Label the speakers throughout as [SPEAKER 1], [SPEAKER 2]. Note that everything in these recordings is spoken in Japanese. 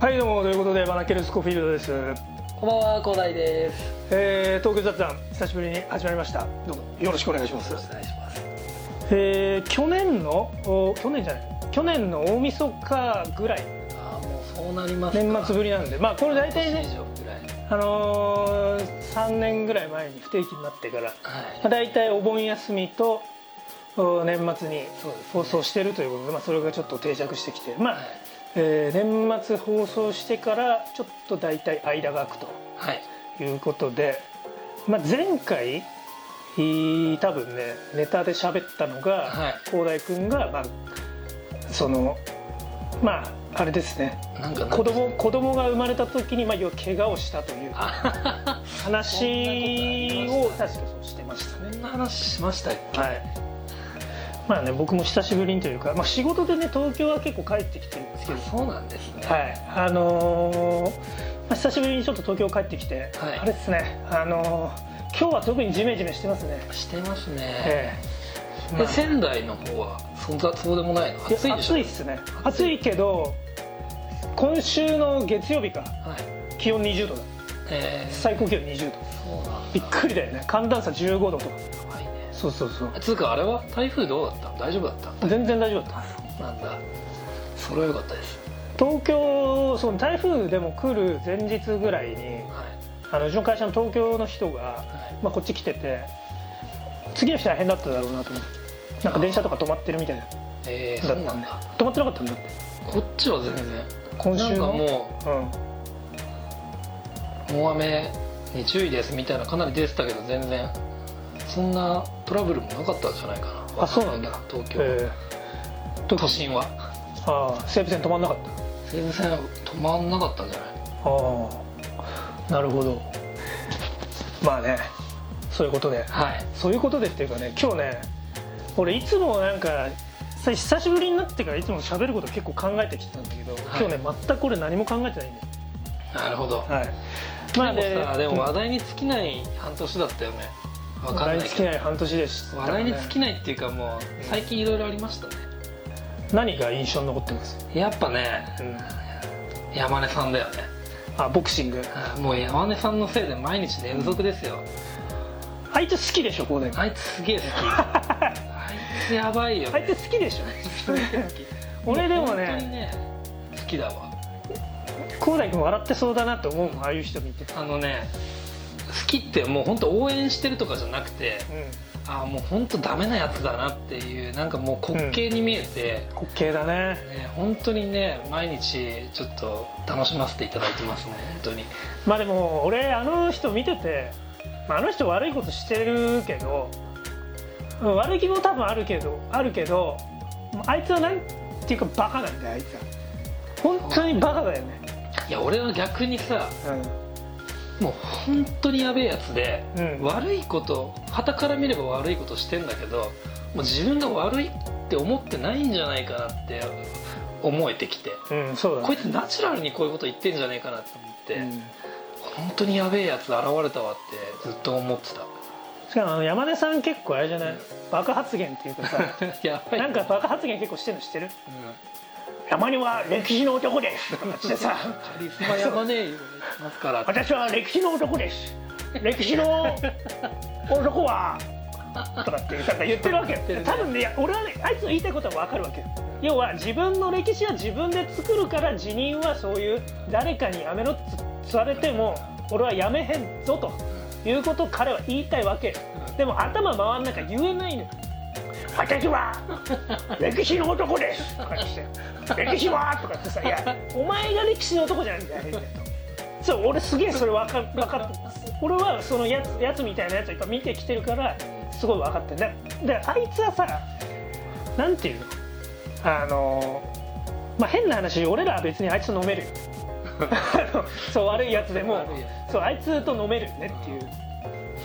[SPEAKER 1] はい、どうも、ということで、マナケルスコフィールドです。
[SPEAKER 2] こんばんは、広大です。
[SPEAKER 1] えー、東京雑談、久しぶりに始まりました。どうも、よろしくお願いします
[SPEAKER 2] よ。ろしくお願いします。
[SPEAKER 1] えー、去年の、お去年じゃない、去年の大晦日ぐらい、
[SPEAKER 2] ああ、もうそうなりますか。
[SPEAKER 1] 年末ぶりなんで、まあ、これ大体
[SPEAKER 2] 半
[SPEAKER 1] ね、
[SPEAKER 2] 年以上ぐらい。
[SPEAKER 1] あのー、3年ぐらい前に不定期になってから、ま
[SPEAKER 2] はい。
[SPEAKER 1] あ、大体お盆休みと、お年末に
[SPEAKER 2] そうですね
[SPEAKER 1] 放送してるということで、まあ、それがちょっと定着してきて、まあ
[SPEAKER 2] はい、
[SPEAKER 1] えー年末放送してから、ちょっと大体間が空くと。
[SPEAKER 2] はい。
[SPEAKER 1] ということで、まあ、前回えー多分ねネタで喋ったのが
[SPEAKER 2] は
[SPEAKER 1] 広大君が、まあ、そのまああれですね
[SPEAKER 2] い。なんか
[SPEAKER 1] 子供子供が生まれた時に、まあ、要は怪我をしたという
[SPEAKER 2] あはは
[SPEAKER 1] 話
[SPEAKER 2] そんな
[SPEAKER 1] を
[SPEAKER 2] ことありまし
[SPEAKER 1] 確か
[SPEAKER 2] た
[SPEAKER 1] そうしてました
[SPEAKER 2] こん
[SPEAKER 1] ね
[SPEAKER 2] な話しましたっけ。
[SPEAKER 1] はいまあね僕も久しぶりにというか、まあ、仕事でね東京は結構帰ってきてるんですけど
[SPEAKER 2] そうなんですね。
[SPEAKER 1] はい、あのーまあ、久しぶりにちょっと東京帰ってきて、
[SPEAKER 2] はい
[SPEAKER 1] あれですね、あのー今日は特にジメジメしてますね。
[SPEAKER 2] してますね。
[SPEAKER 1] ええま
[SPEAKER 2] で
[SPEAKER 1] あ
[SPEAKER 2] 仙台の方はそんなそうでもないの。
[SPEAKER 1] いや
[SPEAKER 2] 暑いでしょ。
[SPEAKER 1] 暑いっすね。暑いけど、今週の月曜日か、
[SPEAKER 2] はい。
[SPEAKER 1] 気温20度だ。
[SPEAKER 2] ええ
[SPEAKER 1] 最高気温20度。
[SPEAKER 2] そうなんだ。
[SPEAKER 1] びっくりだよね。寒暖差15度とか。
[SPEAKER 2] 怖いね。
[SPEAKER 1] そうそうそう。
[SPEAKER 2] つうかあれは台風どうだった？大丈夫だった？
[SPEAKER 1] 全然大丈夫だっ
[SPEAKER 2] なんだ。それは良かったです。
[SPEAKER 1] た。東京、その台風でも来る前日ぐらいに、
[SPEAKER 2] はい。
[SPEAKER 1] あのうちの会社の東京の人が、
[SPEAKER 2] はい。
[SPEAKER 1] まあ、こっち来てて次の日大変だっただろうなと思ってなんか電車とか止まってるみたいな
[SPEAKER 2] ええ
[SPEAKER 1] だ
[SPEAKER 2] そ
[SPEAKER 1] った
[SPEAKER 2] うなんん
[SPEAKER 1] で
[SPEAKER 2] だ。
[SPEAKER 1] 止まってなかったんだって
[SPEAKER 2] こっちは全然。
[SPEAKER 1] 今
[SPEAKER 2] な
[SPEAKER 1] 週
[SPEAKER 2] んか
[SPEAKER 1] の
[SPEAKER 2] もう大雨に注意ですみたいなかなり出てたけど全然そんなトラブルもなかったんじゃないかな
[SPEAKER 1] あそうなんだ
[SPEAKER 2] わかけど
[SPEAKER 1] う
[SPEAKER 2] 東京、
[SPEAKER 1] んえ
[SPEAKER 2] 都心は
[SPEAKER 1] ーああ西武線止まんなかった
[SPEAKER 2] 全然止まんなかったんじゃない
[SPEAKER 1] ああなるほどまあねそういうことで
[SPEAKER 2] はい
[SPEAKER 1] そういうことでっていうかね今日ね俺いつもなんかさ久しぶりになってからいつも喋ること結構考えてきてたんだけど、
[SPEAKER 2] はい
[SPEAKER 1] 今日ね全く俺何も考えてないんだよ
[SPEAKER 2] なるほど
[SPEAKER 1] はい
[SPEAKER 2] でもさで
[SPEAKER 1] うん
[SPEAKER 2] も話題に尽きない半年だったよねわか
[SPEAKER 1] 話題
[SPEAKER 2] ん
[SPEAKER 1] に
[SPEAKER 2] ない
[SPEAKER 1] 尽
[SPEAKER 2] け
[SPEAKER 1] き
[SPEAKER 2] ど
[SPEAKER 1] ない半年でした、ね、
[SPEAKER 2] 話題に尽きないっていうかもう最近いろいろありましたね
[SPEAKER 1] 何が印象に残ってます、
[SPEAKER 2] やっぱね山根さんだよね
[SPEAKER 1] あボクシング
[SPEAKER 2] あもう山根さんのせいで毎日連続ですよ、
[SPEAKER 1] あいつ好きでしょこうで
[SPEAKER 2] あいつす げえ好きあいつやばいよ
[SPEAKER 1] あ
[SPEAKER 2] ね
[SPEAKER 1] いつ好きでしょ
[SPEAKER 2] 好き
[SPEAKER 1] 俺でも
[SPEAKER 2] 本当に
[SPEAKER 1] ね
[SPEAKER 2] ね好きだわ
[SPEAKER 1] 浩大君笑ってそうだなって思うもんああいう人見て
[SPEAKER 2] あのね好きってもう本当応援してるとかじゃなくて
[SPEAKER 1] うん
[SPEAKER 2] ああもう本当ダメなやつだなっていうなんかもう滑稽に見えて、
[SPEAKER 1] 滑稽だね
[SPEAKER 2] ね本当にね毎日ちょっと楽しませていただいてますね本当に
[SPEAKER 1] まあでも俺あの人見てて、まあ、あの人悪いことしてるけどうん悪い気も多分あるけどあるけどあいつはなんていうかバカなんだよあいつは本当にバカだよね
[SPEAKER 2] いや俺は逆にさもう本当にやべえやつで、
[SPEAKER 1] うん
[SPEAKER 2] 悪いこと傍から見れば悪いことしてんだけどもう自分が悪いって思ってないんじゃないかなって思えてきて
[SPEAKER 1] うん、うん、そうだ
[SPEAKER 2] こい
[SPEAKER 1] ね
[SPEAKER 2] つナチュラルにこういうこと言ってんじゃねえかなと思って、
[SPEAKER 1] うん
[SPEAKER 2] 本当にやべえやつ現れたわってずっと思って
[SPEAKER 1] しかもあの山根さん結構あれじゃないバカ発言っていうかさ
[SPEAKER 2] た やばい
[SPEAKER 1] なんかバカ発言結構してるの知ってる
[SPEAKER 2] うん
[SPEAKER 1] 山根は歴史の男 ですとかしてさ
[SPEAKER 2] カリスマやばねえよますからって
[SPEAKER 1] 私は歴史の男 です歴史の男はとかってなんか言ってるわけ
[SPEAKER 2] 言ってるね
[SPEAKER 1] 多分ねいや俺はねあいつの言いたいことは分かるわけよ要は自分の歴史は自分で作るから辞任はそういう誰かにやめろって言われても俺はやめへんぞということを彼は言いたいわけよでも頭回んなきゃ言えないのよ私 は歴史の男ですとか言って歴史はとか言ってさ「いやお前が歴史の男じゃないんだよ」みたいなそう俺すげえそれ分か分かってます俺はそのやつやつみたいなやつをいっぱい見てきてるからすごい分かってるでであいつはさなんていうのあのまあ変な話俺らは別にあいつと飲めるよ あのそう悪いやつでも
[SPEAKER 2] 悪いや
[SPEAKER 1] そうあいつと飲めるよねっていう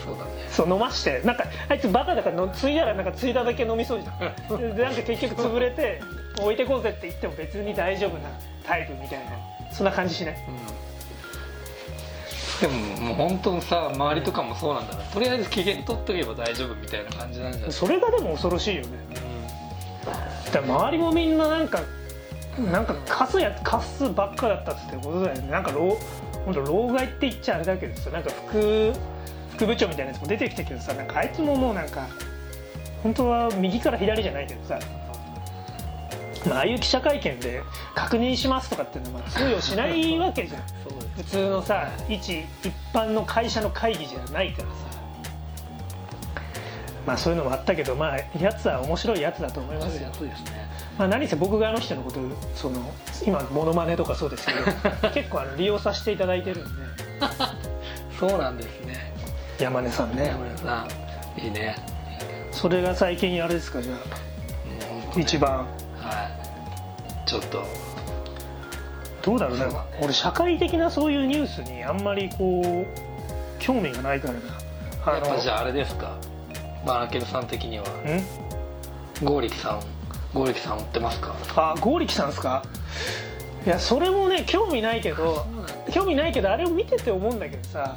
[SPEAKER 2] そうだね
[SPEAKER 1] そう飲ましてなんかあいつバカだからのついだらなんかついだだけ飲みそうじゃんでなんか結局潰れて置いてこうぜって言っても別に大丈夫なタイプみたいなそんな感じしない
[SPEAKER 2] うんでももう本当にさ周りとかもそうなんだなとりあえず機嫌取っとけば大丈夫みたいな感じなんじゃない
[SPEAKER 1] それがでも恐ろしいよねだから周りもみんななんかなんか貸すや貸すばっかだったってことだよねなんか老本当老害って言っちゃあれだけどさなんか副副部長みたいなやつも出てきたけどさなんかあいつももうなんか本当は右から左じゃないけどさ、まあああいう記者会見で確認しますとかっていうのはまあ通用しないわけじゃん
[SPEAKER 2] そう
[SPEAKER 1] 普通のさ一一般の会社の会議じゃないからさまあそういうのもあったけどまあやつは面白いやつだと思いますよ
[SPEAKER 2] 安いですね
[SPEAKER 1] まあ、何せ僕があの人のことその今モノマネとかそうですけど 結構あの利用させていただいてるんで
[SPEAKER 2] そうなんですね
[SPEAKER 1] 山根さんね
[SPEAKER 2] 山根さんいいね
[SPEAKER 1] それが最近あれですかじゃ
[SPEAKER 2] もう本
[SPEAKER 1] あ
[SPEAKER 2] 当ね
[SPEAKER 1] 一番
[SPEAKER 2] はいちょっと
[SPEAKER 1] どうだろうね
[SPEAKER 2] そうだね
[SPEAKER 1] 俺社会的なそういうニュースにあんまりこう興味がないからな
[SPEAKER 2] やっぱじ
[SPEAKER 1] あ
[SPEAKER 2] ゃああれですかマラケルさん的には
[SPEAKER 1] のん
[SPEAKER 2] 剛力さん剛力さん追ってますか
[SPEAKER 1] あ剛力さんですかいやそれもね興味ないけど興味ないけどあれを見てて思うんだけどさ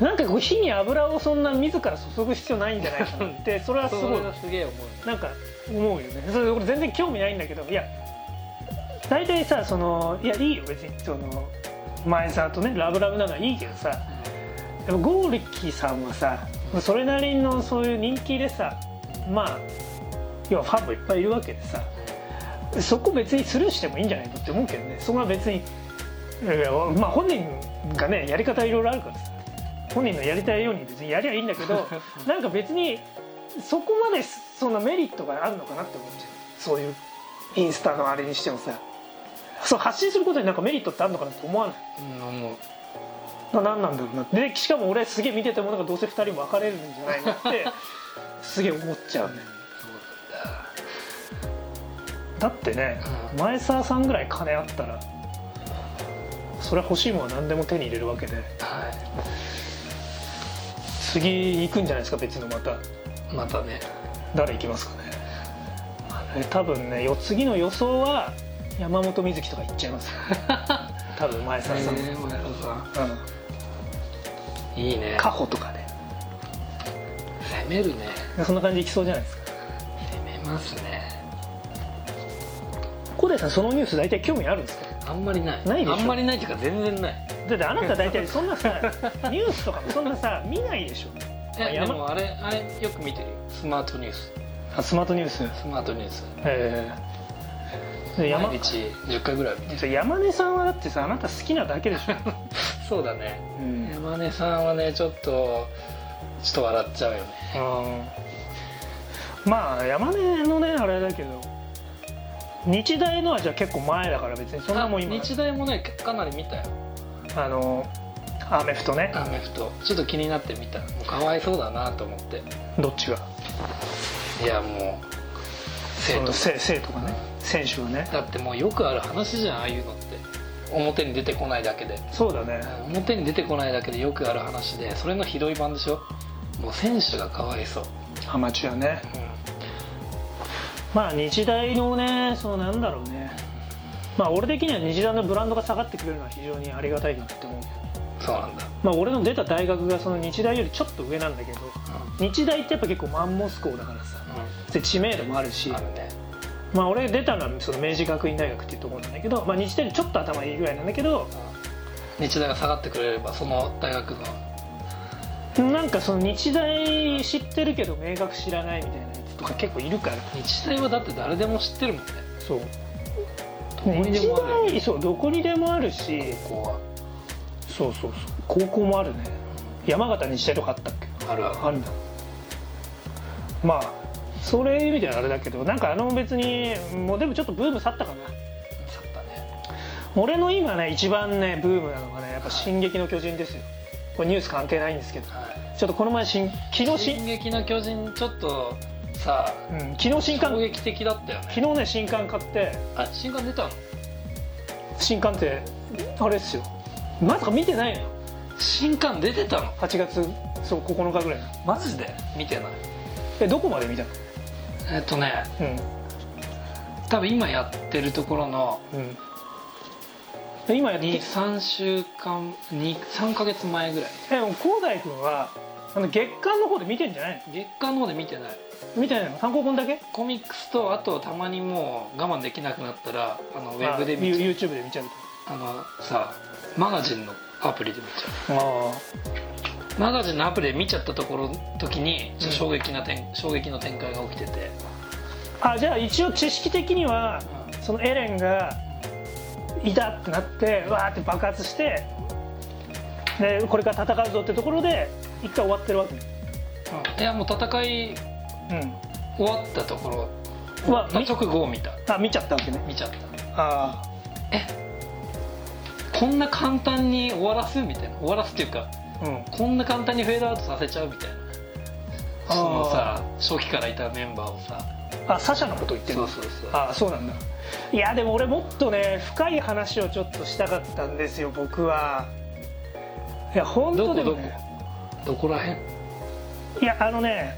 [SPEAKER 1] なんかこう火に油をそんな自ら注ぐ必要ないんじゃないかなってそれはす
[SPEAKER 2] そ
[SPEAKER 1] ごい
[SPEAKER 2] れがすげえ思う
[SPEAKER 1] なんか思うよねそれ俺全然興味ないんだけどいや大体さそのいやいいよ別にその前澤とねラブラブなのはいいけどさでも剛力さんはさそれなりのそういう人気でさまあ要はファンもいっぱいいるわけでさそこ別にスルーしてもいいんじゃないのって思うけどねそこは別にいやいやまあ本人がねやり方いろいろあるからさ本人のやりたいように別にやりゃいいんだけどなんか別にそこまでそんなメリットがあるのかなって思っちゃうそういうインスタのあれにしてもさそう発信することになんかメリットってあるのかなって思わない
[SPEAKER 2] うん思う
[SPEAKER 1] な何なんだろうなってでしかも俺すげえ見ててもなんかどうせ2人も別れるんじゃないのってすげえ思っちゃうねだってね、
[SPEAKER 2] うん
[SPEAKER 1] 前澤さんぐらい金あったらそれは欲しいものは何でも手に入れるわけで
[SPEAKER 2] は
[SPEAKER 1] 次行くんじゃないですか別のまた
[SPEAKER 2] いまたね
[SPEAKER 1] 誰行きますかねあれ多分ねよ次の予想は山本瑞希とか行っちゃい ますよ多分前澤さんも、
[SPEAKER 2] ね前田さ
[SPEAKER 1] うん
[SPEAKER 2] んいいね
[SPEAKER 1] カホとかね
[SPEAKER 2] 攻めるね
[SPEAKER 1] そんな感じでいきそうじゃないですか
[SPEAKER 2] 攻めますね
[SPEAKER 1] 小出さんそのニュース大体興味あるんですか
[SPEAKER 2] あんまりない
[SPEAKER 1] ないでしょ
[SPEAKER 2] あんまりないっていうか全然ない
[SPEAKER 1] だってあなた大体そんな さニュースとかもそんなさ見ないでしょ
[SPEAKER 2] え
[SPEAKER 1] 山
[SPEAKER 2] でもあれあれよく見てるよスマートニュース
[SPEAKER 1] あスマートニュース
[SPEAKER 2] スマートニュース
[SPEAKER 1] ええで山
[SPEAKER 2] 毎日10回ぐらい見てる
[SPEAKER 1] そう山根さんはだってさあなた好きなだけでしょ、
[SPEAKER 2] そうだね
[SPEAKER 1] うん、
[SPEAKER 2] 山根さんはねちょっとちょっと笑っちゃうよね
[SPEAKER 1] まあ山根のねあれだけど日大のはじゃあ結構前だから別にそんなもん今
[SPEAKER 2] あ日大もねかなり見たよ
[SPEAKER 1] あのアメフトね
[SPEAKER 2] アメフトちょっと気になって見たもうかわいそうだなと思って
[SPEAKER 1] どっちが
[SPEAKER 2] いやもう生
[SPEAKER 1] その
[SPEAKER 2] 徒
[SPEAKER 1] 生生徒がね選手がね
[SPEAKER 2] だってもうよくある話じゃんああいうのって表に出てこないだけで
[SPEAKER 1] そうだね
[SPEAKER 2] 表に出てこないだけでよくある話でそれのひどい版でしょもう選手がかわいそう、
[SPEAKER 1] アマチュアね
[SPEAKER 2] う
[SPEAKER 1] まあ日大のねそうなんだろうねまあ俺的には日大のブランドが下がってくれるのは非常にありがたいなって思うけど
[SPEAKER 2] ん、そうなんだ、
[SPEAKER 1] まあ俺の出た大学がその日大よりちょっと上なんだけど日大ってやっぱ結構マンモス校だからさ
[SPEAKER 2] う
[SPEAKER 1] で知名度もあるし
[SPEAKER 2] ん、あるね
[SPEAKER 1] まあ俺出たのはその明治学院大学っていうところなんだけど、まあ、日大よりちょっと頭いいぐらいなんだけど
[SPEAKER 2] うん日大が下がってくれればその大学の
[SPEAKER 1] なんかその日大知ってるけど明学知らないみたいなやつとか結構いるから
[SPEAKER 2] 日大はだって誰でも知ってるもんね
[SPEAKER 1] そう
[SPEAKER 2] どこにで
[SPEAKER 1] 日
[SPEAKER 2] もあるよ
[SPEAKER 1] 大そうどこにでもあるし
[SPEAKER 2] 高校は
[SPEAKER 1] そうそうそう高校もあるね山形にしてとかあったっけ
[SPEAKER 2] あるある
[SPEAKER 1] あるんだまあそれいう意味ではあれだけどなんかあの別にもうでもちょっとブーム去ったかな
[SPEAKER 2] 去ったね
[SPEAKER 1] 俺の今ね一番ねブームなのがねやっぱ「進撃の巨人」ですよこれニュース関係ないんですけど
[SPEAKER 2] は
[SPEAKER 1] ちょっとこの前新昨
[SPEAKER 2] い
[SPEAKER 1] 日新
[SPEAKER 2] 進撃の巨人ちょっとさ
[SPEAKER 1] うん、昨日新
[SPEAKER 2] 衝
[SPEAKER 1] 刊
[SPEAKER 2] 撃的だったよね
[SPEAKER 1] 昨日ね新刊買って
[SPEAKER 2] あ新刊出たの
[SPEAKER 1] 新刊ってあれっすよまさか見てないのよ
[SPEAKER 2] 新刊出てたの
[SPEAKER 1] 8月そう9日ぐらいの
[SPEAKER 2] マジで見てない
[SPEAKER 1] えどこまで見たの
[SPEAKER 2] えっとね多分今やってるところの
[SPEAKER 1] うんうんえ今やって
[SPEAKER 2] 23週間23ヶ月前ぐらい
[SPEAKER 1] えでも広大君はあの月刊の方で見てんじゃない
[SPEAKER 2] 月刊の方で見てない
[SPEAKER 1] の見てないの参考本だけ
[SPEAKER 2] コミックスとあとたまにもう我慢できなくなったらあのウェブで見
[SPEAKER 1] 見
[SPEAKER 2] ちゃう
[SPEAKER 1] YouTube で見ちゃう
[SPEAKER 2] あのさマガジンのアプリで見ちゃ
[SPEAKER 1] とあ
[SPEAKER 2] うマガジンのアプリで見ちゃったところ時にちょ
[SPEAKER 1] うん
[SPEAKER 2] っと衝撃な展、衝撃の展開が起きてて、
[SPEAKER 1] ああじゃあ一応知識的にはそのエレンがいたってなってわーって爆発してでこれから戦うぞってところで一回終わってるわけ、
[SPEAKER 2] いやもう戦い
[SPEAKER 1] う
[SPEAKER 2] 終わったところ
[SPEAKER 1] ん、
[SPEAKER 2] 終わ
[SPEAKER 1] は
[SPEAKER 2] った
[SPEAKER 1] み
[SPEAKER 2] 直後を見た
[SPEAKER 1] あ見ちゃったわけね
[SPEAKER 2] 見ちゃった
[SPEAKER 1] あ
[SPEAKER 2] こんな簡単に終わらすみたいな終わらすっていうか
[SPEAKER 1] あうん
[SPEAKER 2] こんな簡単にフェードアウトさせちゃうみたいな
[SPEAKER 1] あー
[SPEAKER 2] そのさ初期からいたメンバーをさ
[SPEAKER 1] あサシャのこと言ってる
[SPEAKER 2] そうそうそう
[SPEAKER 1] ああそうなんだいやでも俺もっとね深い話をちょっとしたかったんですよ僕はいや本
[SPEAKER 2] ど
[SPEAKER 1] 当
[SPEAKER 2] こ
[SPEAKER 1] で
[SPEAKER 2] ど
[SPEAKER 1] も、
[SPEAKER 2] こ
[SPEAKER 1] ね、
[SPEAKER 2] どこらへん
[SPEAKER 1] いやあのね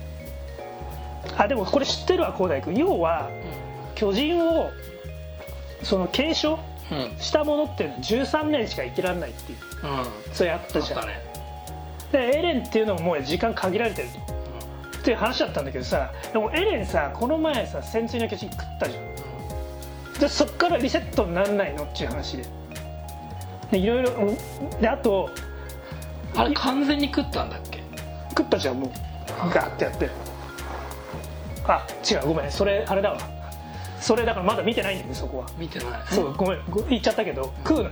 [SPEAKER 1] あでもこれ知ってるわ広大君要は巨人をその継承
[SPEAKER 2] うんうん
[SPEAKER 1] したものっていうのは13年しか生きられないっていうそれあったじゃ
[SPEAKER 2] あ
[SPEAKER 1] ん
[SPEAKER 2] ったね
[SPEAKER 1] でエレンっていうのももう時間限られてるとっていう話だったんだけどさでもエレンさこの前さ潜水の巨人食ったじゃんでそっからリセットになんないのっていう話ででいろいろうんであと
[SPEAKER 2] あれ完全に食ったんだっけ
[SPEAKER 1] 食ったじゃんもうガーってやってあ違うごめんそれあれだわそれだからまだ見てないんだよねそこは
[SPEAKER 2] 見てない
[SPEAKER 1] そうごめんご言っちゃったけど食うのよ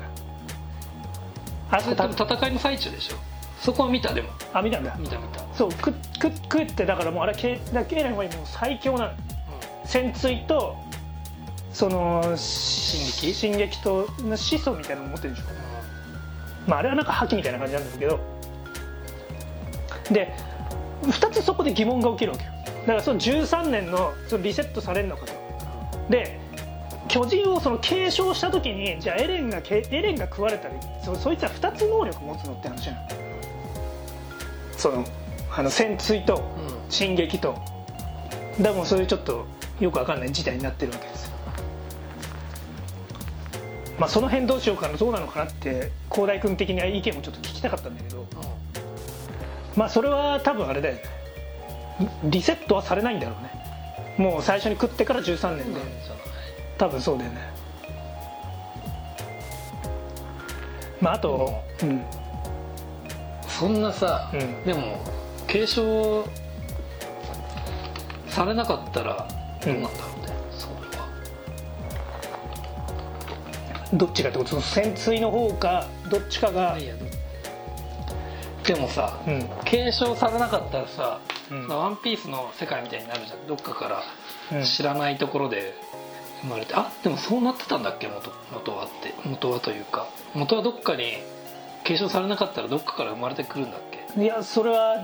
[SPEAKER 1] あ
[SPEAKER 2] それ多分戦いの最中でしょそこは見たでも
[SPEAKER 1] あ見たんだ
[SPEAKER 2] 見た見た
[SPEAKER 1] そう食食食ってだからもうあれけだからエレンはもう最強なの潜水とその
[SPEAKER 2] 撃
[SPEAKER 1] し進撃と始祖みたいなの持ってるでしょまあ、あれはなんか覇気みたいな感じなんだけどで2つそこで疑問が起きるわけよだからその13年のそのリセットされるのかとで巨人をその継承した時にじゃあエレンがけエレンが食われたりそそいつは2つ能力持つのって話なのそのあの潜水と
[SPEAKER 2] うんうん
[SPEAKER 1] 進撃とでもうそういうちょっとよくわかんない事態になってるわけですよまあその辺どうしようかなどうなのかなって広大君的には意見もちょっと聞きたかったんだけどまあそれは多分あれだよねリセットはされないんだろうねもう最初に食ってから13
[SPEAKER 2] う
[SPEAKER 1] 年
[SPEAKER 2] ん
[SPEAKER 1] で
[SPEAKER 2] じゃない
[SPEAKER 1] 多分そうだよねまああとうんうん
[SPEAKER 2] そんなさ
[SPEAKER 1] うん
[SPEAKER 2] でも継承されなかったらどうなんだろうねそれは
[SPEAKER 1] どっちかってことその潜水の方かどっちかが
[SPEAKER 2] あいやでもさ
[SPEAKER 1] うん
[SPEAKER 2] 継承されなかったらさ
[SPEAKER 1] うん
[SPEAKER 2] ワンピースの世界みたいになるじゃんどっかから
[SPEAKER 1] うん
[SPEAKER 2] 知らないところで生まれてあでもそうなってたんだっけ元元はって元はというか元はどっかに継承されなかったらどっかから生まれてくるんだっけ
[SPEAKER 1] いやそれは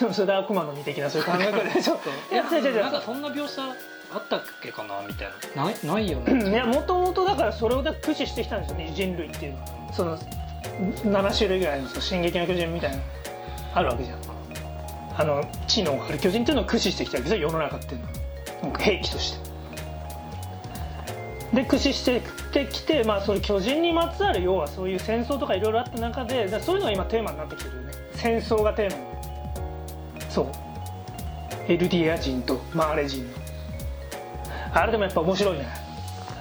[SPEAKER 1] 違うそれは悪魔の実的なそういう考え方でしょいや違う違う違
[SPEAKER 2] なんかそんな描写あったっけかなみたいなないないよ
[SPEAKER 1] ういや
[SPEAKER 2] ね
[SPEAKER 1] もともとだからそれを駆使してきたんですよね人類っていうのはその7種類ぐらいのその「進撃の巨人」みたいなのあるわけじゃんあの知能がある巨人っていうのを駆使してきたわけですよ世の中っていうのはなんか兵器としてで駆使してきて、まあ、その巨人にまつわる要はそういう戦争とかいろいろあった中でだからそういうのが今テーマになってきてるよね戦争がテーマそうエルディア人とマーレ人のあれでもやっぱ面白いね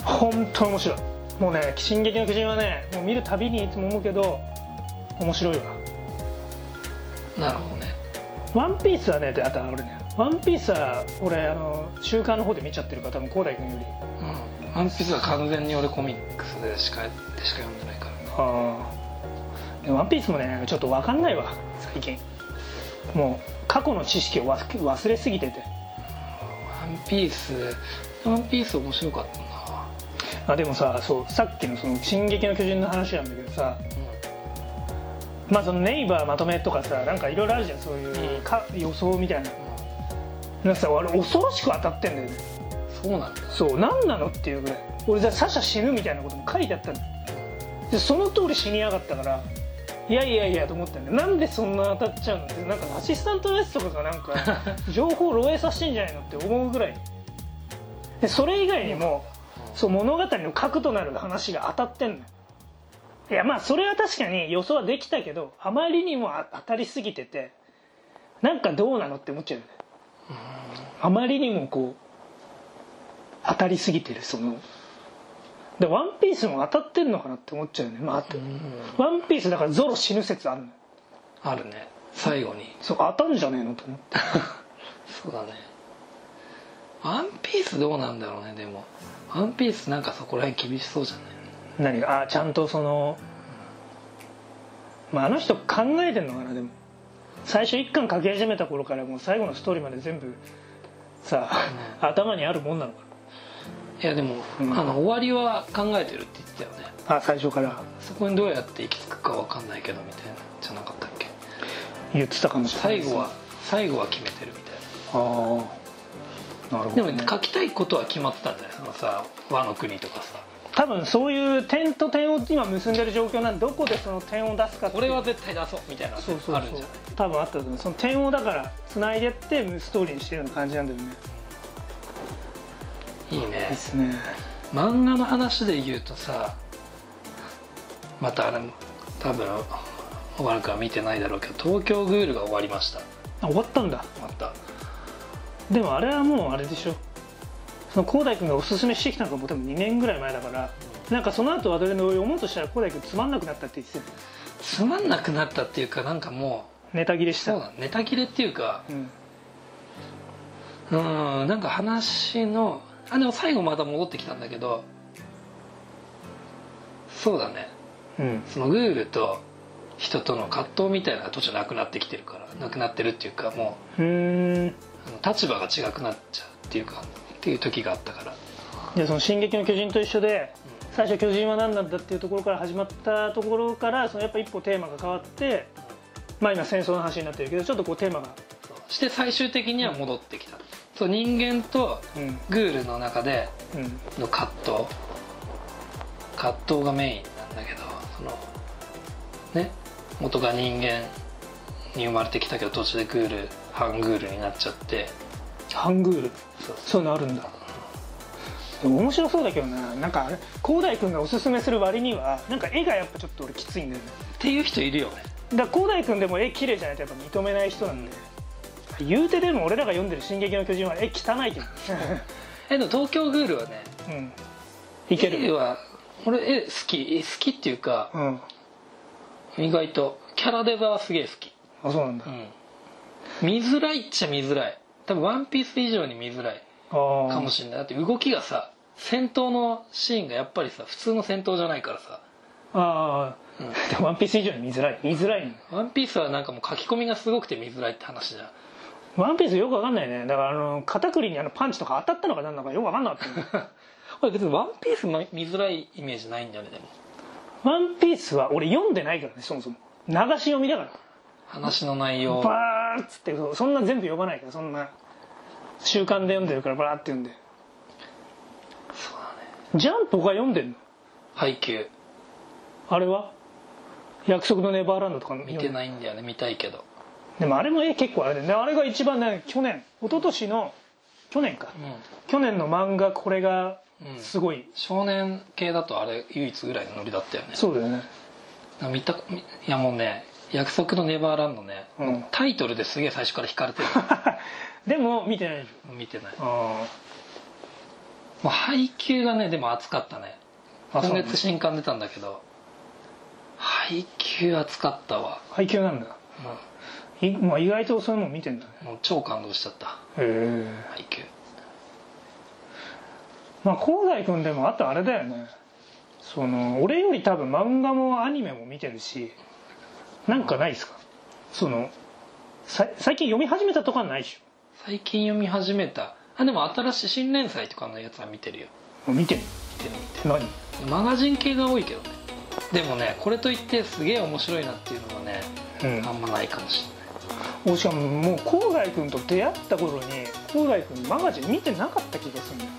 [SPEAKER 1] 本当に面白いもうね「進撃の巨人」はねもう見るたびにいつも思うけど面白いわ
[SPEAKER 2] なるほどね
[SPEAKER 1] ワンピースはね、であと俺ね、ワンピースは俺、あの週刊の方で見ちゃってるから、多分広大君より。
[SPEAKER 2] うんワンピースは完全に俺コミックスでしかでしか読んでないからね
[SPEAKER 1] ああ。ワンピースもね、ちょっと分かんないわ、最近。もう、過去の知識を忘忘れすぎてて。
[SPEAKER 2] ワンピースワンピース面白かったな
[SPEAKER 1] あでもさ、そう、さっきのその、進撃の巨人の話なんだけどさ、
[SPEAKER 2] う
[SPEAKER 1] まあそのネイバーまとめとかさ、なんかいろいろあるじゃん、そういう、
[SPEAKER 2] うん
[SPEAKER 1] か予想みたいな。
[SPEAKER 2] んうん
[SPEAKER 1] なんかさ、俺、恐ろしく当たってんだよね。
[SPEAKER 2] そうなんだ
[SPEAKER 1] そう何なのっていうぐらい俺じゃあサシャ死ぬみたいなことも書いてあったのでその通り死にやがったからいやいやいやと思ったんだよなんでそんな当たっちゃうのってなんかアシスタントのやつとかがなんか情報漏洩させてんじゃないのって思うぐらいでそれ以外にもそう物語の核となる話が当たってんのよいやまあそれは確かに予想はできたけどあまりにもあ当たりすぎててなんかどうなのって思っちゃうよねあまりにもこう当たりすぎてるそので「ワンピースも当たってんのかなって思っちゃうよねまあ、
[SPEAKER 2] うんうん
[SPEAKER 1] ワンピースだからゾロ死ぬ説あるのよ
[SPEAKER 2] あるね最後に
[SPEAKER 1] そう当たんじゃねえのと思って
[SPEAKER 2] そうだねワンピースどうなんだろうねでもワンピースなんかそこら辺厳しそうじゃない
[SPEAKER 1] 何があちゃんとそのまああの人考えてんのかなでも最初一巻書き始めた頃からもう最後のストーリーまで全部さ頭にあるもんなのか
[SPEAKER 2] いやでも、
[SPEAKER 1] うん
[SPEAKER 2] あの終わりは考えてるって言ってたよね
[SPEAKER 1] なあ最初から
[SPEAKER 2] そこにどうやって行き着くかわかんないけどみたいなじゃなかったっけ
[SPEAKER 1] 言ってたかもしれない
[SPEAKER 2] 最後は最後は決めてるみたい
[SPEAKER 1] ああなるほど、
[SPEAKER 2] なでも書きたいことは決まってたんじゃないそのさ和の国とかさ
[SPEAKER 1] 多分そういう点と点を今結んでる状況なんでどこでその点を出すかっていう
[SPEAKER 2] これは絶対出そうみたいなの
[SPEAKER 1] そうそう
[SPEAKER 2] あるん
[SPEAKER 1] そ
[SPEAKER 2] じ
[SPEAKER 1] う
[SPEAKER 2] ゃない
[SPEAKER 1] 多分あったと思うその点をだから繋いでってストーリーにしてるような感じなんだよね
[SPEAKER 2] いいね
[SPEAKER 1] すね
[SPEAKER 2] 漫画の話で言うとさまたあれも多分小原君は見てないだろうけど「東京グール」が終わりました
[SPEAKER 1] あ終わったんだ
[SPEAKER 2] また
[SPEAKER 1] でもあれはもうあれでしょその広大君がおすすめしてきたのがもう多分2年ぐらい前だからなんかその後アドレナを読もうとしたら広大君つまんなくなったって言ってたよ
[SPEAKER 2] つまんなくなったっていうかなんかも
[SPEAKER 1] ネタ切れ
[SPEAKER 2] う
[SPEAKER 1] し
[SPEAKER 2] そう
[SPEAKER 1] た
[SPEAKER 2] だネタ切れっていうか
[SPEAKER 1] うん
[SPEAKER 2] うんなんか話のあでも最後また戻ってきたんだけどそうだね
[SPEAKER 1] うん
[SPEAKER 2] そのグールと人との葛藤みたいなのが途中なくなってきてるからなくなってるっていうかも
[SPEAKER 1] うーん
[SPEAKER 2] うあの立場が違くなっちゃうっていうかっていう時があったから
[SPEAKER 1] でその「進撃の巨人」と一緒で最初巨人は何なんだっていうところから始まったところからそのやっぱ一歩テーマが変わってまあ今戦争の話になってるけどちょっとこうテーマが
[SPEAKER 2] して最終的には戻ってきた、そう人間と
[SPEAKER 1] うん
[SPEAKER 2] グールの中で
[SPEAKER 1] うん
[SPEAKER 2] の葛藤葛藤がメインなんだけどそのね元が人間に生まれてきたけど途中でグール半グールになっちゃって
[SPEAKER 1] ハングール
[SPEAKER 2] そう
[SPEAKER 1] そういうのあるんだでも面白そうだけどななんかあれ広大君がおすすめする割にはなんか絵がやっぱちょっと俺きついんだよね
[SPEAKER 2] っていう人いるよね
[SPEAKER 1] だから広大君でも絵綺麗じゃないとやっぱ認めない人なんで言うてでも俺らが読んでる「進撃の巨人」は絵汚いけど、
[SPEAKER 2] えでも東京グールはね
[SPEAKER 1] うん、いけ
[SPEAKER 2] 絵
[SPEAKER 1] る
[SPEAKER 2] は俺絵好き絵好きっていうか
[SPEAKER 1] うん
[SPEAKER 2] 意外とキャラデザはすげえ好き
[SPEAKER 1] あそうなんだ
[SPEAKER 2] うん見づらいっちゃ見づらい多分ワンピース以上に見づらい
[SPEAKER 1] ああ
[SPEAKER 2] かもしれないだって動きがさ戦闘のシーンがやっぱりさ普通の戦闘じゃないからさ
[SPEAKER 1] ああ、でもワンピース以上に見づらい見づらいの
[SPEAKER 2] ワンピースはなんかもう書き込みがすごくて見づらいって話じゃん
[SPEAKER 1] ワンピースよくわかんないねだからあの肩栗にあのパンチとか当たったのか何なのかよくわかんなかった
[SPEAKER 2] 俺別にワンピースの見づらいイメージないんだよねでも
[SPEAKER 1] ワンピースは俺読んでないからねそもそも流し読みだから
[SPEAKER 2] 話の内容
[SPEAKER 1] バーッつってそうそんな全部読まないからそんな習慣で読んでるからバーって読んで
[SPEAKER 2] そうだね
[SPEAKER 1] ジャンプが読んでんの
[SPEAKER 2] 配給
[SPEAKER 1] あれは約束のネバーランドとか
[SPEAKER 2] 見て
[SPEAKER 1] い
[SPEAKER 2] ないんだよね見たいけど
[SPEAKER 1] でもあれも絵結構あれで、ね、あれが一番ね去年一昨年の去年か、
[SPEAKER 2] う
[SPEAKER 1] 去年の漫画これが
[SPEAKER 2] ん、うん、
[SPEAKER 1] すごい、
[SPEAKER 2] 少年系だとあれ唯一ぐらいのノリだったよね
[SPEAKER 1] そうだよね
[SPEAKER 2] 見たみいやもうね約束のネバーランドね、
[SPEAKER 1] うん
[SPEAKER 2] タイトルですげえ最初から惹かれ てる
[SPEAKER 1] でも見てないでし
[SPEAKER 2] 見てない
[SPEAKER 1] ょあ
[SPEAKER 2] もう配給がねでも熱かったね
[SPEAKER 1] あ
[SPEAKER 2] 今
[SPEAKER 1] そう
[SPEAKER 2] 月新刊出たんだけど配給熱かったわ、
[SPEAKER 1] 配給なんだい、まあ、意外とそういうの見てんだね
[SPEAKER 2] うんもう超感動しちゃった
[SPEAKER 1] へえ
[SPEAKER 2] 配給
[SPEAKER 1] まあ香西君でもあとあれだよねその俺より多分漫画もアニメも見てるしなんかないですかそのさ最近読み始めたとかないでし
[SPEAKER 2] 最近読み始めたあでも新しい新連載とかのやつは見てるよ
[SPEAKER 1] ょ見てる
[SPEAKER 2] 見てる見
[SPEAKER 1] 何
[SPEAKER 2] てるマガジン系が多いけどねでもねこれといってすげえ面白いなっていうのはねあんまないかもし
[SPEAKER 1] うん、しかももう郊外君と出会った頃に郊外君マガジン見てなかった気がするんだよ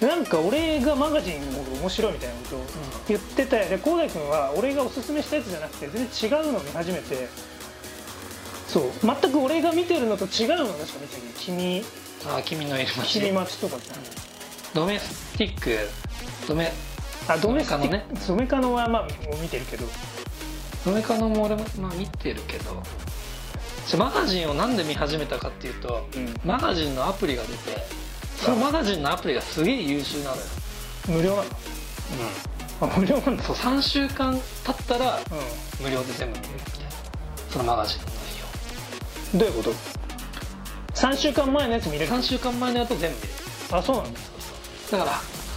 [SPEAKER 2] れない、
[SPEAKER 1] なんか俺がマガジンの方が面白いみたいなことを言っててで浩大君は俺がおすすめしたやつじゃなくて全然違うのを見始めてそう全く俺が見てるのと違うのがしか見てない君
[SPEAKER 2] うん、ああ君のいる街
[SPEAKER 1] 霧町とか
[SPEAKER 2] ドメスティックドメ
[SPEAKER 1] あドメスティ
[SPEAKER 2] ドメ
[SPEAKER 1] ッ
[SPEAKER 2] カ
[SPEAKER 1] クドメカノはまあもう見てるけど
[SPEAKER 2] ドメカノも俺も、まあ、見てるけどでマガジンをなんで見始めたかっていうと
[SPEAKER 3] うん
[SPEAKER 2] マガジンのアプリが出てそのマガジンのアプリがすげえ優秀なのよ、
[SPEAKER 1] 無料なのあ無料なんだ
[SPEAKER 2] そう3週間経ったら無料で全部見れるみたいなそのマガジンの内
[SPEAKER 1] うんどういうこと3週間前のやつ見れる
[SPEAKER 2] 容3週間前のやつを全部見れる
[SPEAKER 1] あそうなんだ
[SPEAKER 2] だから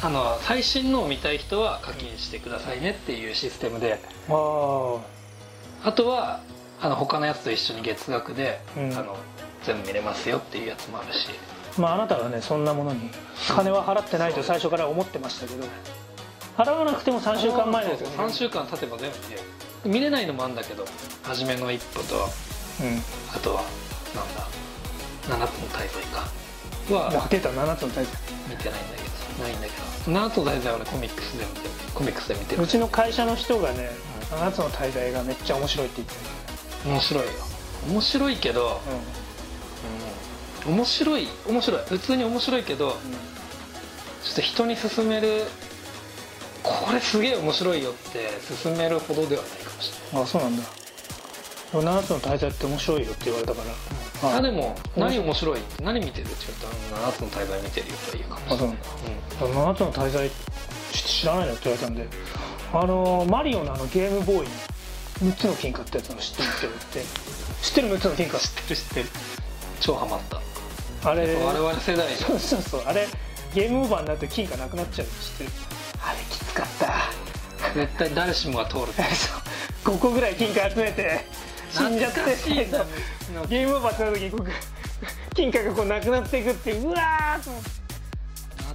[SPEAKER 2] あの最新のを見たい人は課金してくださいねっていうシステムで
[SPEAKER 1] ああ
[SPEAKER 2] あとはあの他のやつと一緒に月額で、
[SPEAKER 1] うん
[SPEAKER 2] あの全部見れますよっていうやつもあるし
[SPEAKER 1] まああなたはねそんなものに金は払ってないと最初から思ってましたけど払わなくても3週間前のやつ
[SPEAKER 2] そうそう3週間経てば全部見れる見れないのもあるんだけど初めの一歩と
[SPEAKER 1] う
[SPEAKER 2] あとはなんだ7つの大罪か
[SPEAKER 1] ん
[SPEAKER 2] は
[SPEAKER 1] 出た7つのタイ
[SPEAKER 2] 見てないんだけどないんだけど7つの大罪はねコミックスで見てるコミックスで見て
[SPEAKER 1] プ
[SPEAKER 2] る
[SPEAKER 1] うちの会社の人がね7つの滞在がめっちゃ面白いって言って
[SPEAKER 2] 面白いよ面白いけど、
[SPEAKER 1] る、
[SPEAKER 2] うん面白い面白い普通に面白いけどちょっと人に勧めるこれすげえ面白いよって勧めるほどではないかもしれない
[SPEAKER 1] うんあそうなんだでも7つの滞在って面白いよって言われたから、
[SPEAKER 2] あ
[SPEAKER 1] はい
[SPEAKER 2] でも何面白いって何見てるって言うと7つの大会見てるよとは言うかもし
[SPEAKER 1] あそ
[SPEAKER 2] れ
[SPEAKER 1] う
[SPEAKER 2] な
[SPEAKER 1] ないんだ7つの滞在知らないのって言われたんであのーマリオのあのゲームボーイの6つの金貨ってやつの知ってるって言って知ってる6つの金貨
[SPEAKER 2] うん知ってる知ってる超ハマった
[SPEAKER 1] あれ
[SPEAKER 2] 我々世代じゃ
[SPEAKER 1] そうそうそうあれゲームオーバーになると金がなくなっちゃうの知ってるあれきつかった
[SPEAKER 2] 絶対誰しもが通る
[SPEAKER 1] 5個ぐらい金貨集めて死んじゃって
[SPEAKER 2] 懐かしいな
[SPEAKER 1] ゲームオーバーってなる時にこう金貨がこうなくなっていくっていううわーと思って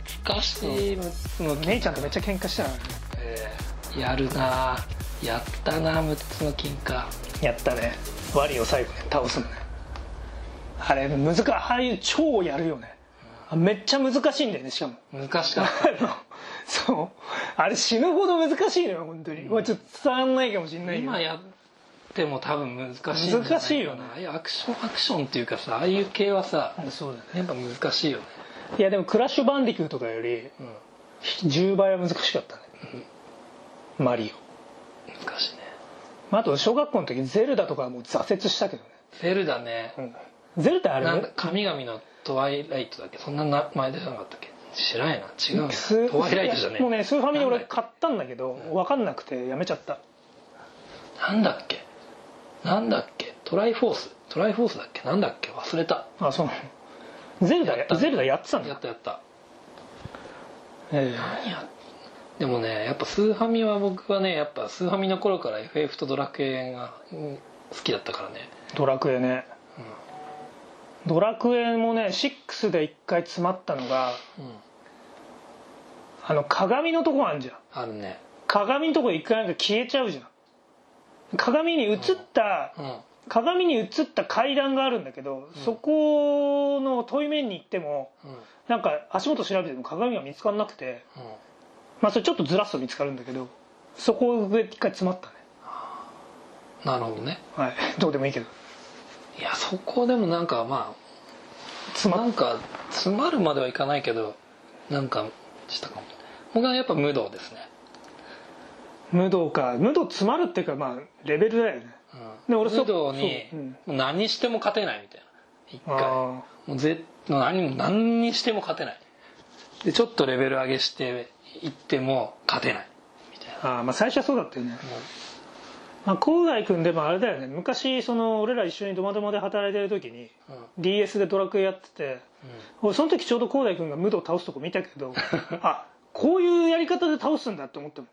[SPEAKER 2] 懐かしい、
[SPEAKER 1] その姉ちゃんとめっちゃ喧嘩したな
[SPEAKER 2] えーやるなあやったなあ6つの金貨
[SPEAKER 1] やったねワリを最後に倒すのねあれ難かああいう超やるよねあめっちゃ難しいんだよねしかも
[SPEAKER 2] 難しかっ
[SPEAKER 1] あのそうあれ死ぬほど難しいのよ本当に、うわちょっと伝わんないかもしん
[SPEAKER 2] た
[SPEAKER 1] ないけど
[SPEAKER 2] 今やっても多分難しいんじゃな
[SPEAKER 1] 難しいよね
[SPEAKER 2] ああいうアクションアクションっていうかさああいう系はさ
[SPEAKER 1] そうだね
[SPEAKER 2] やっぱ難しいよね
[SPEAKER 1] いやでもクラッシュバンディクーとかより10倍は難しかったね、マリ
[SPEAKER 2] 難しいね
[SPEAKER 1] オまああと小学校の時ゼルダとかはもう挫折したけどね、
[SPEAKER 2] ゼルダね
[SPEAKER 1] ゼルダあれ
[SPEAKER 2] なんだ神々のトワイライトだっけそんな名前出てなかったっけ知らないな違うな
[SPEAKER 1] ス
[SPEAKER 2] トワイライトじゃねえ
[SPEAKER 1] もうねスーファミで俺
[SPEAKER 2] なんだ
[SPEAKER 1] 買ったんだけど分かんなくてやめちゃった
[SPEAKER 2] なんだっけなんだっけトライフォーストライフォースだっけなんだっけ忘れた
[SPEAKER 1] あそうゼルダ
[SPEAKER 2] やった
[SPEAKER 1] ゼルダやってたん
[SPEAKER 2] や
[SPEAKER 1] だ
[SPEAKER 2] ったやった
[SPEAKER 1] え
[SPEAKER 2] 何やでもねやっぱスーハミは僕はねやっぱスーハミの頃から FF とドラクエがうん好きだったからね
[SPEAKER 1] えドラクエね、ドラクエもね6で一回詰まったのが
[SPEAKER 2] うん
[SPEAKER 1] あの鏡のとこあんじゃん
[SPEAKER 2] あるね
[SPEAKER 1] 鏡のとこ一回なんか消えちゃうじゃん鏡に映った、
[SPEAKER 2] うん
[SPEAKER 1] 鏡に映った階段があるんだけど、そこの遠い面に行っても
[SPEAKER 2] うんうん
[SPEAKER 1] なんか足元調べても鏡が見つからなくてまあそれちょっとずらすと見つかるんだけどそこで一回詰まったね
[SPEAKER 2] なるほどね
[SPEAKER 1] はい どうでもいいけど
[SPEAKER 2] いやそこでもなんかまあ
[SPEAKER 1] 詰ま
[SPEAKER 2] な
[SPEAKER 1] っ
[SPEAKER 2] んか詰まるまではいかないけどなんかしたかも僕はやっぱ無道ですね、
[SPEAKER 1] 無道か無道詰まるっていうかまあレベルだよね
[SPEAKER 2] うん、
[SPEAKER 1] で俺そ
[SPEAKER 2] 無道に
[SPEAKER 1] そううん
[SPEAKER 2] もう何しても勝てないみたいな一回も
[SPEAKER 1] あ
[SPEAKER 2] うぜ何も何にしても勝てないでちょっとレベル上げしていっても勝てないみたいな
[SPEAKER 1] ーあーまあ最初はそうだったよね、まあ、郊外君でもあれだよね昔その俺ら一緒にドマドマで働いてる時に
[SPEAKER 2] うんうん
[SPEAKER 1] DS でドラクエやってて俺その時ちょうど広大君が武道倒すとこ見たけ どあこういうやり方で倒すんだって思っても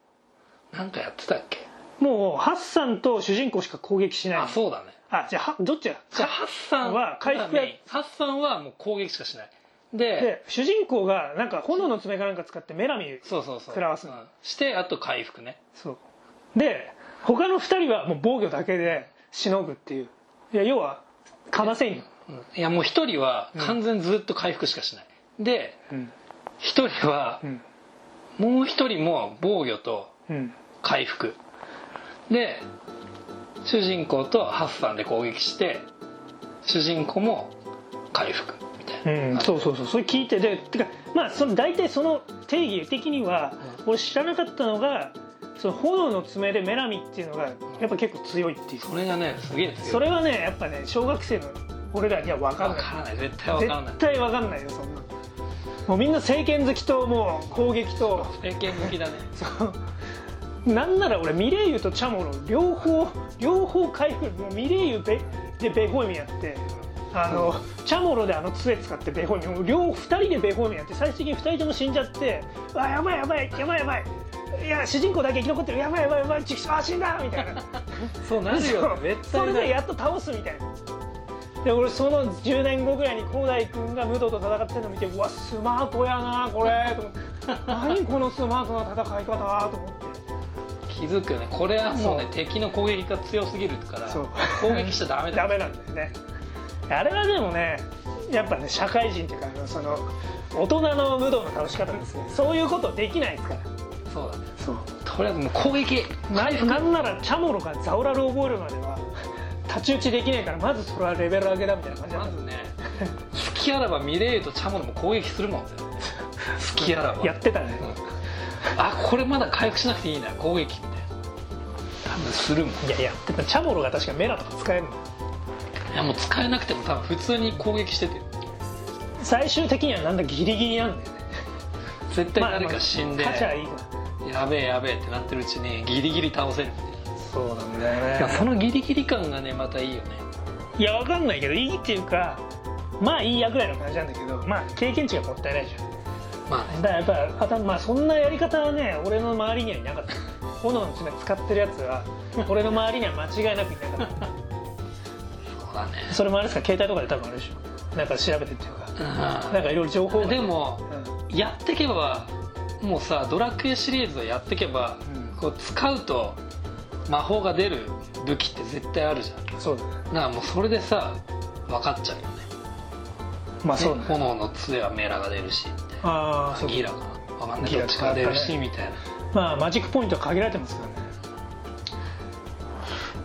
[SPEAKER 2] なんかやってたっけ
[SPEAKER 1] もうハッサンと主人公しか攻撃しない
[SPEAKER 2] あそうだね
[SPEAKER 1] あじゃあはどっちや
[SPEAKER 2] じゃあハッサン
[SPEAKER 1] は回復や
[SPEAKER 2] がメインハッサンはもう攻撃しかしないで
[SPEAKER 1] で主人公がなんか炎の爪かなんか使ってメラミュ
[SPEAKER 2] そうそうそう
[SPEAKER 1] 食らわす
[SPEAKER 2] うんしてあと回復ね
[SPEAKER 1] そうで他の2人はもう防御だけでしのぐっていういや要はかませんよ、
[SPEAKER 2] いやもう一人は完全にずっと回復しかしない、で
[SPEAKER 1] うん
[SPEAKER 2] 一人は
[SPEAKER 1] うん
[SPEAKER 2] もう一人も防御と
[SPEAKER 1] うん
[SPEAKER 2] 回復で主人公とハッサンで攻撃して主人公も回復みたいな、
[SPEAKER 1] うん、そうそうそうそれ聞いてでてかまあその大体その定義的には、俺知らなかったのがその炎の爪でメラミっていうのがやっぱ結構強いっていう
[SPEAKER 2] それがねすげえですよ
[SPEAKER 1] それはねやっぱね小学生の俺らには分かん
[SPEAKER 2] わ
[SPEAKER 1] ない
[SPEAKER 2] からない絶対わからない
[SPEAKER 1] 絶対分かんないよそんなもうみんな政権好きともう攻撃と
[SPEAKER 2] 政権向きだね
[SPEAKER 1] そうなんなら俺ミレイユとチャモロ両方両方回復もうミレイユベでベホイミやってあの、チャモロであの杖使ってベホイミもう両2人でベホイミやって最終的に2人とも死んじゃってうわやばいやばいやばいやばいいや主人公だけ生き残ってるやばいやばいやばいちくしょうあ死んだみたいな
[SPEAKER 2] そうなるよね絶
[SPEAKER 1] そ
[SPEAKER 2] 対
[SPEAKER 1] れ
[SPEAKER 2] な
[SPEAKER 1] で
[SPEAKER 2] る
[SPEAKER 1] やっと倒すみたいなで俺その10年後ぐらいに広大君が武藤と戦ってるの見てうわスマートやなこれと思って 何このスマートな戦い方と思って
[SPEAKER 2] 気づくよねこれはもうね
[SPEAKER 1] そう
[SPEAKER 2] 敵の攻撃が強すぎるから
[SPEAKER 1] そう
[SPEAKER 2] 攻撃しちゃダメだ
[SPEAKER 1] ダメなんだよねあれはでもねやっぱね社会人っていうかあのその大人の武道の倒し方ですねそういうことできないですから
[SPEAKER 2] そうだね
[SPEAKER 1] そう
[SPEAKER 2] とりあえずもう攻撃
[SPEAKER 1] ななんならチャモロがザオラルを覚えるまでは太刀打ちできないからまずそれはレベル上げだみたいな感じだ
[SPEAKER 2] ま
[SPEAKER 1] った
[SPEAKER 2] ずね 隙あらばミレイユとチャモロも攻撃するもんね 隙あらば
[SPEAKER 1] やってたね
[SPEAKER 2] あこれまだ回復しなくていいな攻撃みたいな多分するもん
[SPEAKER 1] いややってたチャモロが確かメラとか使えるの
[SPEAKER 2] いやもう使えなくても多分普通に攻撃してて
[SPEAKER 1] 最終的にはなんだギリギリなんだよね
[SPEAKER 2] 絶対誰か死んで、
[SPEAKER 1] 勝ちはいいから
[SPEAKER 2] やべえやべえってなってるうちにギリギリ倒せるみたい
[SPEAKER 1] そうなんだ
[SPEAKER 2] ないやそのギリギリ感がねまたいいよね
[SPEAKER 1] いやわかんないけどいいっていうかまあいいやぐらいの感じなんだけどまあ経験値がもったいないじゃん
[SPEAKER 2] まあね
[SPEAKER 1] だからやっぱあたまあそんなやり方はね俺の周りにはいなかった炎の爪使ってるやつは 俺の周りには間違いなくいなかっ
[SPEAKER 2] そうだね
[SPEAKER 1] たそれもあれですか携帯とかで多分あるでしょなんか調べてっていうかなんかいろいろ情報
[SPEAKER 2] う
[SPEAKER 1] が
[SPEAKER 2] んでも
[SPEAKER 1] うん
[SPEAKER 2] やってけばもうさドラクエシリーズをやってけば、
[SPEAKER 1] うん
[SPEAKER 2] こう使うと魔法が出る武器って絶対あるじゃん
[SPEAKER 1] そうだね
[SPEAKER 2] だからもうそれでさ分かっちゃうよね
[SPEAKER 1] まあそうだ
[SPEAKER 2] ね
[SPEAKER 1] ね
[SPEAKER 2] 炎の杖はメラが出るしみたいな
[SPEAKER 1] ああそう
[SPEAKER 2] ギラが分かんない
[SPEAKER 1] ギ
[SPEAKER 2] ど
[SPEAKER 1] ラ
[SPEAKER 2] っちか出るしみたいな
[SPEAKER 1] まあマジックポイントは限られてますからね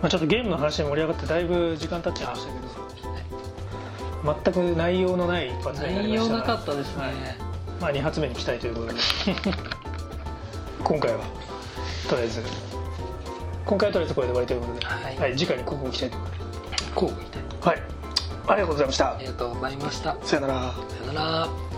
[SPEAKER 1] まあちょっとゲームの話で盛り上がってだいぶ時間経っちゃいましたけど全く内容のない一発目になり
[SPEAKER 2] 内
[SPEAKER 1] ました
[SPEAKER 2] 容
[SPEAKER 1] が
[SPEAKER 2] なかったですね、
[SPEAKER 1] まあ、2発目に期待ということで 今回はとりあえず今回はとりあえずこれで終わりということで、
[SPEAKER 2] はい
[SPEAKER 1] 次回にここを期待ということ
[SPEAKER 2] こうみたいな
[SPEAKER 1] ではいありがとうございました
[SPEAKER 2] ありがとうございました
[SPEAKER 1] さよなら
[SPEAKER 2] さよなら